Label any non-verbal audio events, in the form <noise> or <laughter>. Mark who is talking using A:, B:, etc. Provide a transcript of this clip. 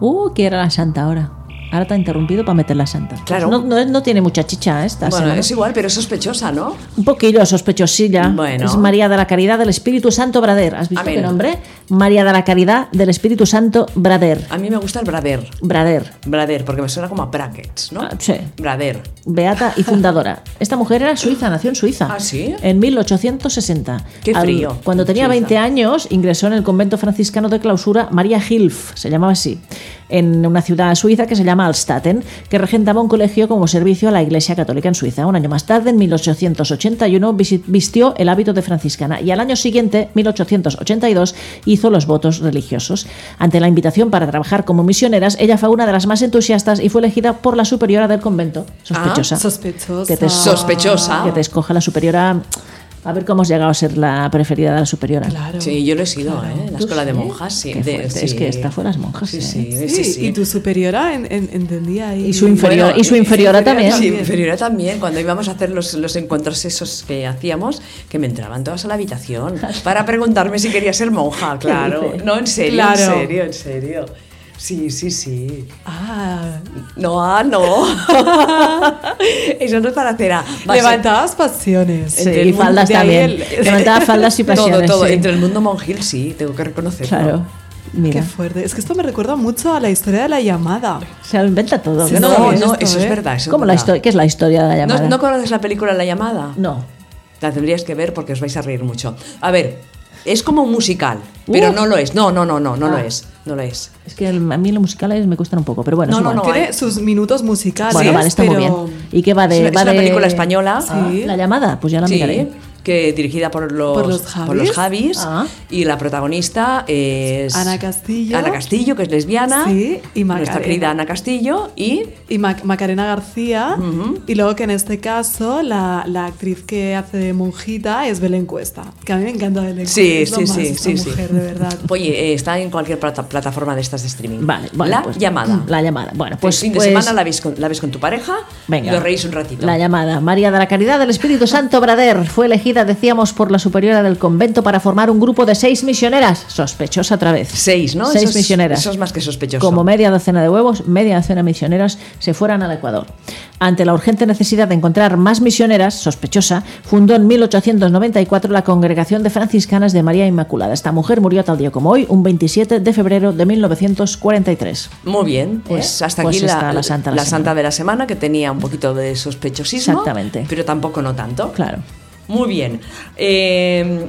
A: Uh, que era la llanta ahora. Ahora está interrumpido para meter la llanta.
B: Claro.
A: No, no- no tiene mucha chicha ¿eh? esta.
B: Bueno,
A: semana.
B: es igual, pero es sospechosa, ¿no?
A: Un poquillo sospechosilla.
B: Bueno.
A: Es María de la Caridad del Espíritu Santo Brader. ¿Has visto
B: Amén.
A: qué nombre? María de la Caridad del Espíritu Santo Brader.
B: A mí me gusta el brader.
A: Brader.
B: Brader, porque me suena como a brackets, ¿no?
A: Ah, sí.
B: Brader.
A: Beata y fundadora. Esta mujer era suiza, nació en Suiza.
B: ¿Ah, sí?
A: En 1860.
B: Qué frío,
A: cuando tenía
B: Suiza.
A: 20 años, ingresó en el convento franciscano de clausura María Hilf, se llamaba así, en una ciudad suiza que se llama Alstaten, que regentaba un colegio como servicio a la Iglesia Católica en Suiza. Un año más tarde, en 1881, visi- vistió el hábito de franciscana y al año siguiente, 1882, hizo los votos religiosos. Ante la invitación para trabajar como misioneras, ella fue una de las más entusiastas y fue elegida por la superiora del convento. Sospechosa.
C: Sospechosa.
A: Que te-
B: Sospechosa.
A: Que te escoja la superiora. A ver cómo has llegado a ser la preferida de la superiora.
C: Claro.
B: Sí, yo lo he sido, ¿eh? En la
A: ¿Tú
B: escuela de
A: sí?
B: monjas, sí.
A: Qué
B: de-
A: fuerte.
B: sí.
A: Es que esta fue las monjas,
B: Sí,
A: ¿eh?
B: sí, sí.
C: Sí,
B: sí.
C: Y tu superiora en- en- entendía ahí.
A: Y su inferior
B: Bueno,
A: y su inferiora
C: inferior
A: también.
B: Sí,
C: también.
B: inferiora también, cuando íbamos a hacer los, los encuentros esos que hacíamos, que me entraban todas a la habitación para preguntarme si quería ser monja, claro.
A: dices?
B: No, en serio, en
C: Claro.
B: serio, en serio. Sí, sí, sí.
C: Ah,
B: No,
A: <laughs>
B: ah, no. <laughs> Eso no es para hacer ah, va a ser-
C: levantabas pasiones.
A: Sí,
B: entre el
A: y
B: mundo-
A: faldas
C: de ahí
A: también.
C: el-
A: Levantaba faldas y pasiones.
B: Todo, todo.
A: sí.
B: Entre el mundo monjil, sí, tengo que reconocerlo.
A: Claro. Mira.
C: Qué fuerte. Es que esto me recuerda mucho a la historia de la llamada.
A: Se lo inventa todo.
C: Sí,
A: que
B: No,
A: no
C: sí.
A: lo
B: no,
A: ves.
C: esto,
B: eso es
C: ¿eh?
B: verdad. Ah, eso es
A: ¿Cómo la
B: verdad.
A: historia? ¿Qué es la historia de la
B: ¿No,
A: llamada?
B: ¿No conoces la película La llamada?
A: No.
B: La tendrías que ver porque os vais a reír mucho. A ver, es como un musical, pero
A: Uh.
B: no lo es. No, no, no, no, no lo
A: Ah.
B: es. No lo es.
A: Es que el- a mí los musicales me cuestan un poco, pero bueno,
B: No,
A: es
B: no, eh.
A: igual.
B: no.
C: Tiene
B: hay-
C: sus minutos musicales.
A: Bueno, vale, está muy
C: Ah, pero-
A: bien. ¿Y qué va de.?
B: Es una-
A: va
B: es una
A: de-
B: película española.
A: Ah,
C: Sí.
A: La llamada, pues ya la miraré.
B: Sí, que dirigida por los,
C: Por los Javis.
B: Javis.
A: Ah.
B: Y la protagonista es.
C: Ana Castillo.
B: Ana Castillo, que es lesbiana.
C: Sí,
B: Nuestra
C: y Macarena.
B: querida Ana Castillo. Y.
C: Y Mac- Macarena García. Y luego que en este caso la, la actriz que hace de monjita es Belén Cuesta. Que a mí me encanta Belén
B: Sí,
C: Cuesta, es lo
B: sí,
C: más,
B: sí,
C: esta
B: sí, sí.
C: mujer, de
B: <laughs>
C: verdad.
B: Oye, eh, está en cualquier plata- plataforma de estas de streaming.
A: Vale, vale,
B: La
A: pues,
B: llamada.
A: La llamada. Bueno,
B: pues,
A: pues.
B: el fin
A: pues-
B: de semana la ves con, la ves con tu pareja.
A: Venga.
B: Y os reís un ratito.
A: La llamada. María de la Caridad del Espíritu Santo Brader fue elegida, decíamos, por la superiora del convento para formar un grupo de seis misioneras. Sospechosa otra vez.
B: Seis, ¿no?
A: Seis
B: Eso es-
A: misioneras.
B: Eso es más que sospechoso.
A: Como media docena de huevos, media docena de misioneras se fueran al Ecuador. Ante la urgente necesidad de encontrar más misioneras, sospechosa, fundó en 1894 la Congregación de Franciscanas de María Inmaculada. Esta mujer murió tal día como hoy, un 27 de febrero de 1943.
B: Muy bien, pues
A: ¿Eh?
B: hasta
A: Pues
B: aquí la,
A: está la santa de la
B: santa
A: semana.
B: de la semana que tenía un poquito de sospechosismo.
A: Exactamente.
B: Pero tampoco no tanto.
A: Claro.
B: Muy bien. Eh,